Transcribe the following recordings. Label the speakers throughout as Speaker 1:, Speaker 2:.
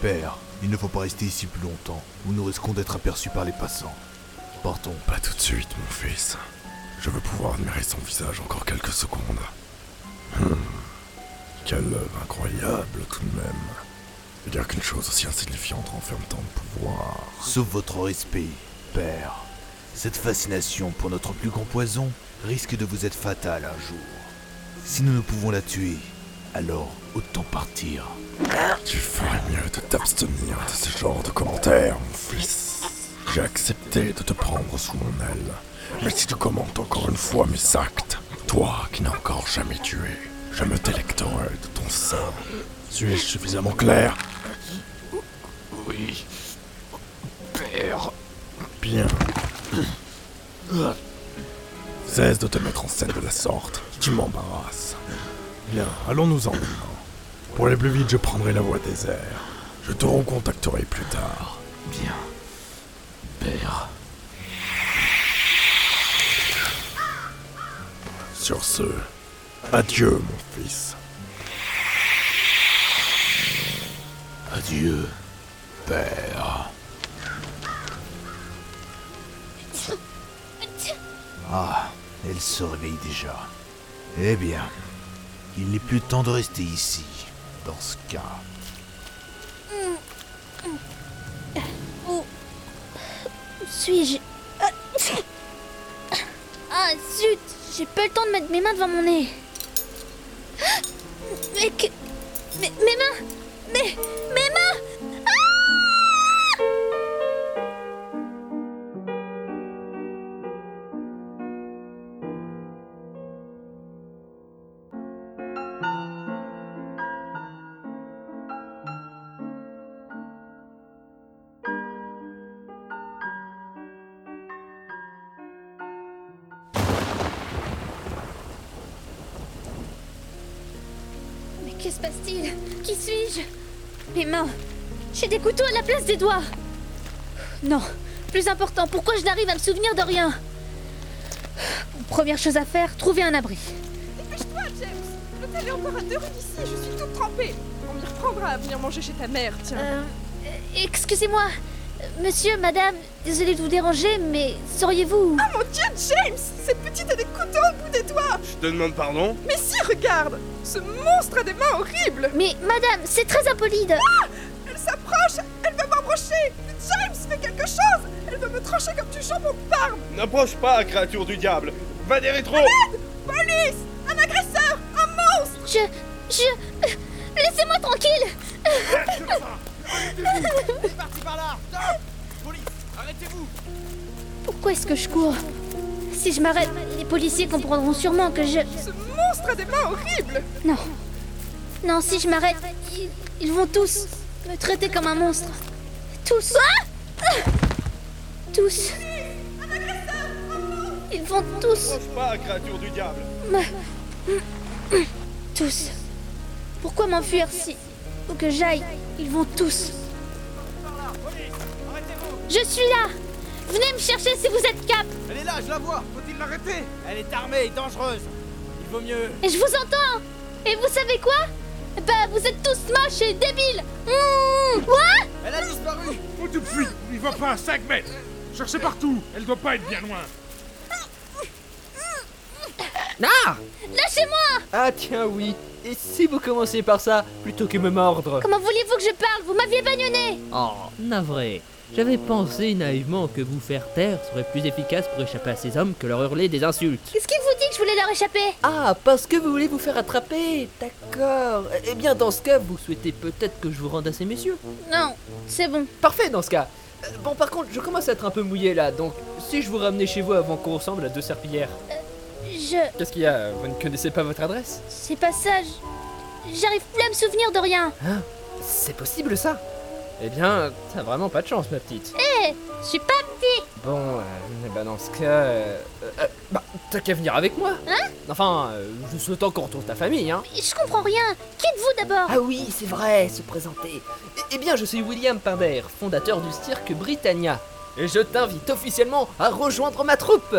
Speaker 1: Père, il ne faut pas rester ici plus longtemps, ou nous risquons d'être aperçus par les passants. Partons.
Speaker 2: Pas tout de suite, mon fils. Je veux pouvoir admirer son visage encore quelques secondes. Hmm. Quelle œuvre incroyable, tout de même. Il n'y a qu'une chose aussi insignifiante renferme tant de pouvoir.
Speaker 1: Sauf votre respect, Père. Cette fascination pour notre plus grand poison risque de vous être fatale un jour. Si nous ne pouvons la tuer, alors autant partir.
Speaker 2: Tu ferais mieux de t'abstenir de ce genre de commentaires, mon fils. J'ai accepté de te prendre sous mon aile. Mais si tu commentes encore une fois mes actes, toi qui n'as encore jamais tué, je me délecterai de ton sang. Suis-je suffisamment clair
Speaker 3: Oui. Père.
Speaker 2: Bien. Cesse de te mettre en scène de la sorte. Tu m'embarrasses. Bien, allons-nous-en maintenant. Pour aller plus vite, je prendrai la voie des airs. Je te recontacterai plus tard.
Speaker 3: Bien. Père.
Speaker 2: Sur ce, adieu, mon fils.
Speaker 1: Adieu, Père. Ah, elle se réveille déjà. Eh bien, il n'est plus temps de rester ici, dans ce cas.
Speaker 4: Où suis-je euh, Ah zut J'ai pas le temps de mettre mes mains devant mon nez. Mais que... Mais, mes mains Mais... Mes mains Mais que se passe-t-il Qui suis-je Mes mains J'ai des couteaux à la place des doigts Non, plus important, pourquoi je n'arrive à me souvenir de rien Première chose à faire, trouver un abri.
Speaker 5: Dépêche-toi, James L'hôtel est encore à deux rues d'ici, je suis toute trempée On m'y reprendra à venir manger chez ta mère, tiens.
Speaker 4: Euh, euh, excusez-moi, euh, monsieur, madame, désolé de vous déranger, mais sauriez-vous
Speaker 5: Oh mon dieu, James Cette petite a des couteaux au bout des doigts
Speaker 6: Je te demande pardon
Speaker 5: Mais si, regarde Ce monstre a des mains horribles Ah,
Speaker 4: Mais madame, c'est très impoli de...
Speaker 5: Elle s'approche Elle veut m'embrocher James, fais quelque chose Elle veut me trancher comme du jambon de parme
Speaker 6: N'approche pas, créature du diable Va des rétros
Speaker 5: Police Un agresseur Un monstre
Speaker 4: Je... Je... euh, Laissez-moi tranquille
Speaker 7: C'est parti par là Police, arrêtez-vous
Speaker 4: Pourquoi est-ce que je cours Si je m'arrête, les policiers comprendront sûrement que je...
Speaker 5: Ce monstre a des mains horribles
Speaker 4: Non. Non, si je m'arrête, ils, ils vont tous me traiter comme un monstre. Tous. Tous. Ils vont tous,
Speaker 6: N'approche pas, créature du diable
Speaker 4: tous. Pourquoi m'enfuir si... Où que j'aille, ils vont tous. Je suis là Venez me chercher si vous êtes cap
Speaker 7: Elle est là, je la vois Faut-il l'arrêter Elle est armée et dangereuse Il vaut mieux...
Speaker 4: Et je vous entends Et vous savez quoi Bah, vous êtes tous moches et débiles Mmh. Ouah
Speaker 7: Elle a disparu
Speaker 8: Faut tout de suite, on y va pas à 5 mètres Cherchez partout, elle doit pas être bien loin
Speaker 9: Ah
Speaker 4: Lâchez-moi
Speaker 9: Ah tiens oui Et si vous commencez par ça, plutôt que me mordre
Speaker 4: Comment voulez-vous que je parle Vous m'aviez bagnonné
Speaker 9: Oh, navré J'avais pensé naïvement que vous faire taire serait plus efficace pour échapper à ces hommes que leur hurler des insultes.
Speaker 4: Qu'est-ce qui vous dit que je voulais leur échapper
Speaker 9: Ah, parce que vous voulez vous faire attraper D'accord Eh bien, dans ce cas, vous souhaitez peut-être que je vous rende à ces messieurs
Speaker 4: Non, c'est bon.
Speaker 9: Parfait dans ce cas Euh, Bon, par contre, je commence à être un peu mouillé là, donc si je vous ramenais chez vous avant qu'on ressemble à deux serpillères.
Speaker 4: Je...
Speaker 9: Qu'est-ce qu'il y a Vous ne connaissez pas votre adresse
Speaker 4: C'est pas ça, je- J'arrive plus à me souvenir de rien.
Speaker 9: C'est possible ça Eh bien, t'as vraiment pas de chance, ma petite.
Speaker 4: Je suis pas petit.
Speaker 9: Bon, euh, eh ben dans ce cas, euh, euh, bah, t'as qu'à venir avec moi. Hein Enfin, euh, je souhaite encore retrouve ta famille, hein.
Speaker 4: Je comprends rien. Qui êtes-vous d'abord
Speaker 9: Ah oui, c'est vrai, se présenter. Eh bien, je suis William Pinder, fondateur du cirque Britannia. Et je t'invite officiellement à rejoindre ma troupe.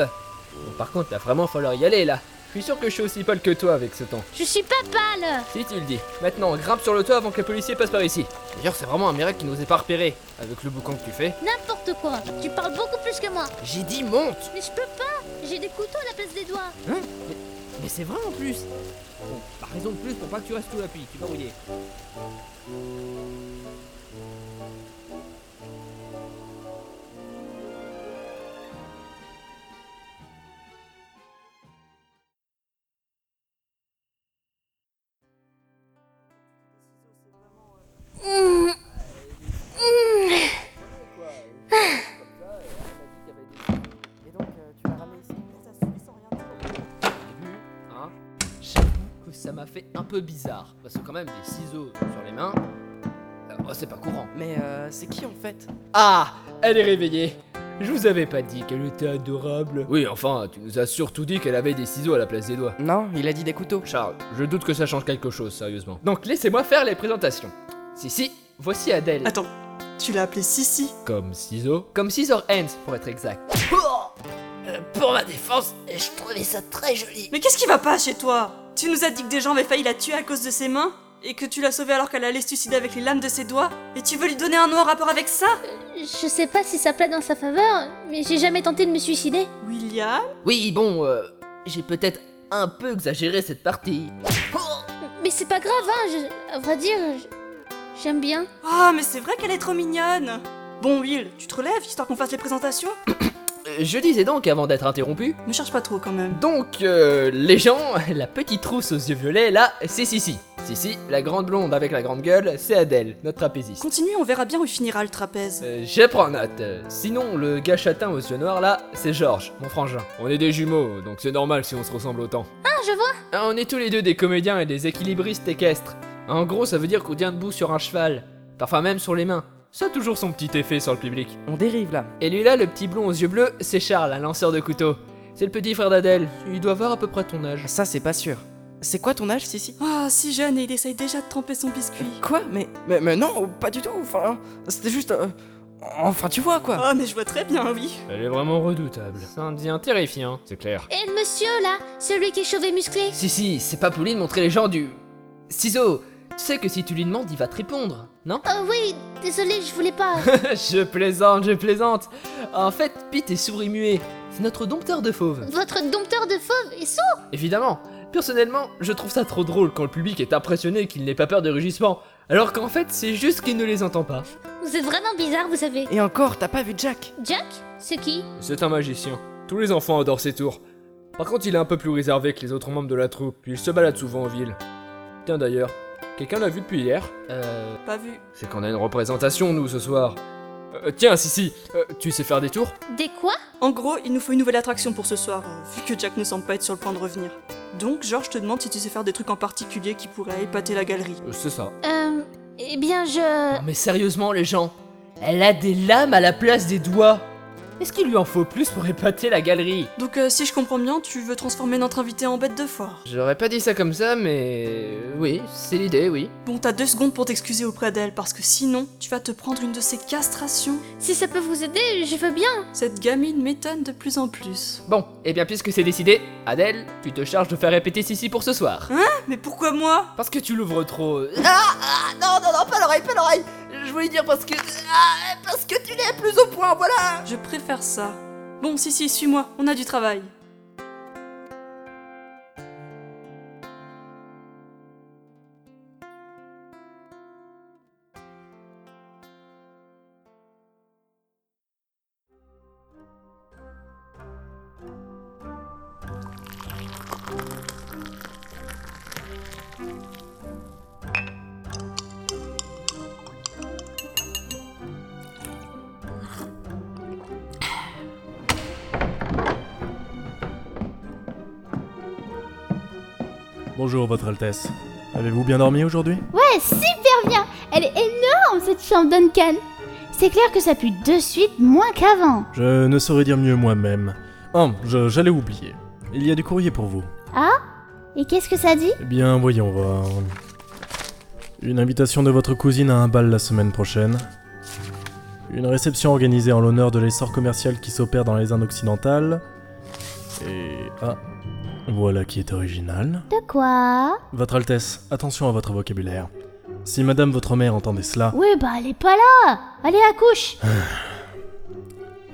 Speaker 9: Bon, par contre, va vraiment falloir y aller là.
Speaker 10: Je suis sûr que je suis aussi pâle que toi avec ce temps.
Speaker 4: Je suis pas pâle
Speaker 10: Si tu le dis. Maintenant, grimpe sur le toit avant que les policiers passent par ici. D'ailleurs, c'est vraiment un miracle qu'ils nous aient pas repérés. Avec le boucan que tu fais.
Speaker 4: N'importe quoi Tu parles beaucoup plus que moi
Speaker 10: J'ai dit monte
Speaker 4: Mais je peux pas J'ai des couteaux à la place des doigts
Speaker 10: Mais c'est vrai en plus Bon, par raison de plus pour pas que tu restes tout l'appui, tu vas rouiller. Hein J'avoue que ça m'a fait un peu bizarre. Parce que quand même, des ciseaux sur les mains, euh, oh, c'est pas courant.
Speaker 11: Mais euh, c'est qui en fait
Speaker 10: Ah Elle est réveillée Je vous avais pas dit qu'elle était adorable. Oui, enfin, tu nous as surtout dit qu'elle avait des ciseaux à la place des doigts.
Speaker 11: Non, il a dit des couteaux.
Speaker 10: Charles, je doute que ça change quelque chose, sérieusement. Donc laissez-moi faire les présentations. Si, si, voici Adèle.
Speaker 11: Attends, tu l'as appelé Sissi
Speaker 10: Comme ciseaux. Comme Scissor Hands, pour être exact.
Speaker 11: Oh, euh,
Speaker 12: Pour ma défense, je trouvais ça très joli.
Speaker 13: Mais qu'est-ce qui va pas chez toi Tu nous as dit que des gens avaient failli la tuer à cause de ses mains et que tu l'as sauvée alors qu'elle allait se suicider avec les lames de ses doigts et tu veux lui donner un nom en rapport avec ça
Speaker 4: Je sais pas si ça plaît dans sa faveur, mais j'ai jamais tenté de me suicider.
Speaker 13: William
Speaker 12: Oui, bon, euh, j'ai peut-être un peu exagéré cette partie.
Speaker 4: Mais c'est pas grave, hein, je... à vrai dire, je- j'aime bien.
Speaker 13: Ah, mais c'est vrai qu'elle est trop mignonne Bon, Will, tu te relèves histoire qu'on fasse les présentations
Speaker 10: Euh, Je disais donc, avant d'être interrompu,
Speaker 13: Ne cherche pas trop quand même.
Speaker 10: donc, euh, les gens, la petite rousse aux yeux violets, là, c'est Sissi. Sissi, la grande blonde avec la grande gueule, c'est Adèle, notre trapéziste.
Speaker 13: Continue, on verra bien où il finira le trapèze.
Speaker 10: Euh, je prends note. Euh, Sinon, le gars châtain aux yeux noirs là, c'est Georges, mon frangin. On est des jumeaux, donc c'est normal si on se ressemble autant.
Speaker 4: Ah, je vois
Speaker 10: Ah, On est tous les deux des comédiens et des équilibristes équestres. En gros, ça veut dire qu'on tient debout sur un cheval, parfois même sur les mains. Ça a toujours son petit effet sur le public.
Speaker 11: On dérive là.
Speaker 10: Et lui là, le petit blond aux yeux bleus, c'est Charles, un lanceur de couteau. C'est le petit frère d'Adèle. Il doit avoir à peu près ton âge.
Speaker 11: Ah, Ça, c'est pas sûr. C'est quoi ton âge, Sissi
Speaker 13: Ah, si jeune et il essaye déjà de tremper son biscuit.
Speaker 11: Quoi mais, mais. mais non, pas du tout. Enfin, c'était juste. euh, enfin, tu vois quoi.
Speaker 13: Ah, mais je vois très bien, oui.
Speaker 10: Elle est vraiment redoutable. C'est un indien terrifiant. C'est clair.
Speaker 4: Et le monsieur là Celui qui est chauve et musclé
Speaker 10: Si, si, c'est pas poli de montrer les gens du. Ciseau Tu sais que si tu lui demandes, il va te répondre, non
Speaker 4: Oh oui, désolé, je voulais pas.
Speaker 10: Je plaisante, je plaisante En fait, Pete est souris muet. C'est notre dompteur de fauves.
Speaker 4: Votre dompteur de fauve est sourd
Speaker 10: Évidemment. Personnellement, je trouve ça trop drôle quand le public est impressionné qu'il n'ait pas peur des rugissements, alors qu'en fait, c'est juste qu'il ne les entend pas.
Speaker 4: Vous êtes vraiment bizarre, vous savez.
Speaker 11: Et encore, t'as pas vu Jack
Speaker 4: Jack C'est qui
Speaker 10: C'est un magicien. Tous les enfants adorent ses tours. Par contre, il est un peu plus réservé que les autres membres de la troupe, puis il se balade souvent en ville. Tiens d'ailleurs, quelqu'un l'a vu depuis hier Euh...
Speaker 13: Pas vu.
Speaker 10: C'est qu'on a une représentation, nous, ce soir. Euh, tiens, si, si, euh, tu sais faire des tours
Speaker 4: Des quoi
Speaker 13: En gros, il nous faut une nouvelle attraction pour ce soir, euh, vu que Jack ne semble pas être sur le point de revenir. Donc, Georges te demande si tu sais faire des trucs en particulier qui pourraient épater la galerie.
Speaker 10: Euh, C'est ça.
Speaker 4: Euh. Eh bien, je.
Speaker 10: Non, mais sérieusement, les gens, elle a des lames à la place des doigts. Est-ce qu'il lui en faut plus pour épater la galerie
Speaker 13: Donc, euh, si je comprends bien, tu veux transformer notre invité en bête de foire.
Speaker 10: J'aurais pas dit ça comme ça, mais euh, oui, c'est l'idée, oui.
Speaker 13: Bon, t'as deux secondes pour t'excuser auprès d'elle, parce que sinon, tu vas te prendre une de ces castrations.
Speaker 4: Si ça peut vous aider, je veux bien.
Speaker 13: Cette gamine m'étonne de plus en plus.
Speaker 10: Bon, et bien puisque c'est décidé, Adèle, tu te charges de faire répéter Sissi pour ce soir.
Speaker 13: Mais pourquoi moi
Speaker 10: Parce que tu l'ouvres trop.
Speaker 12: Ah, ah, non, non, non, pas l'oreille, pas l'oreille. Je voulais dire parce que. Ah, parce que tu l'es plus au point, voilà.
Speaker 13: Je préfère ça. Bon, si, si, suis-moi, on a du travail.
Speaker 2: Bonjour, Votre Altesse. Avez-vous bien dormi aujourd'hui
Speaker 14: Ouais, super bien Elle est énorme cette chambre Duncan C'est clair que ça pue de suite moins qu'avant
Speaker 2: Je ne saurais dire mieux moi-même. Oh, je- j'allais oublier. Il y a du courrier pour vous.
Speaker 14: Ah Et qu'est-ce que ça dit
Speaker 2: Eh bien, voyons voir. Une invitation de votre cousine à un bal la semaine prochaine. Une réception organisée en l'honneur de l'essor commercial qui s'opère dans les Indes occidentales. Et. Ah. Voilà qui est original.
Speaker 14: De quoi
Speaker 2: Votre Altesse, attention à votre vocabulaire. Si madame votre mère entendait cela,
Speaker 14: Oui, bah elle est pas là Allez, accouche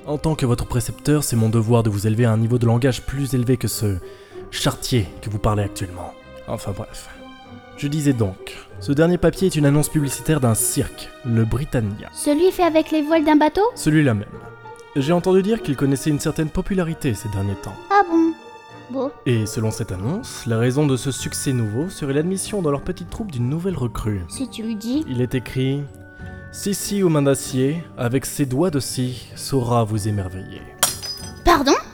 Speaker 2: en tant que votre précepteur, c'est mon devoir de vous élever à un niveau de langage plus élevé que ce chartier que vous parlez actuellement. Enfin bref. Je disais donc, ce dernier papier est une annonce publicitaire d'un cirque, le Britannia.
Speaker 14: Celui fait avec les voiles d'un bateau
Speaker 2: Celui-là même. J'ai entendu dire qu'il connaissait une certaine popularité ces derniers temps.
Speaker 14: Ah bon Bon.
Speaker 2: Et selon cette annonce, la raison de ce succès nouveau serait l'admission dans leur petite troupe d'une nouvelle recrue.
Speaker 14: Si tu le dis.
Speaker 2: Il est écrit Sissi aux mains d'acier, avec ses doigts de scie, saura vous émerveiller.
Speaker 14: Pardon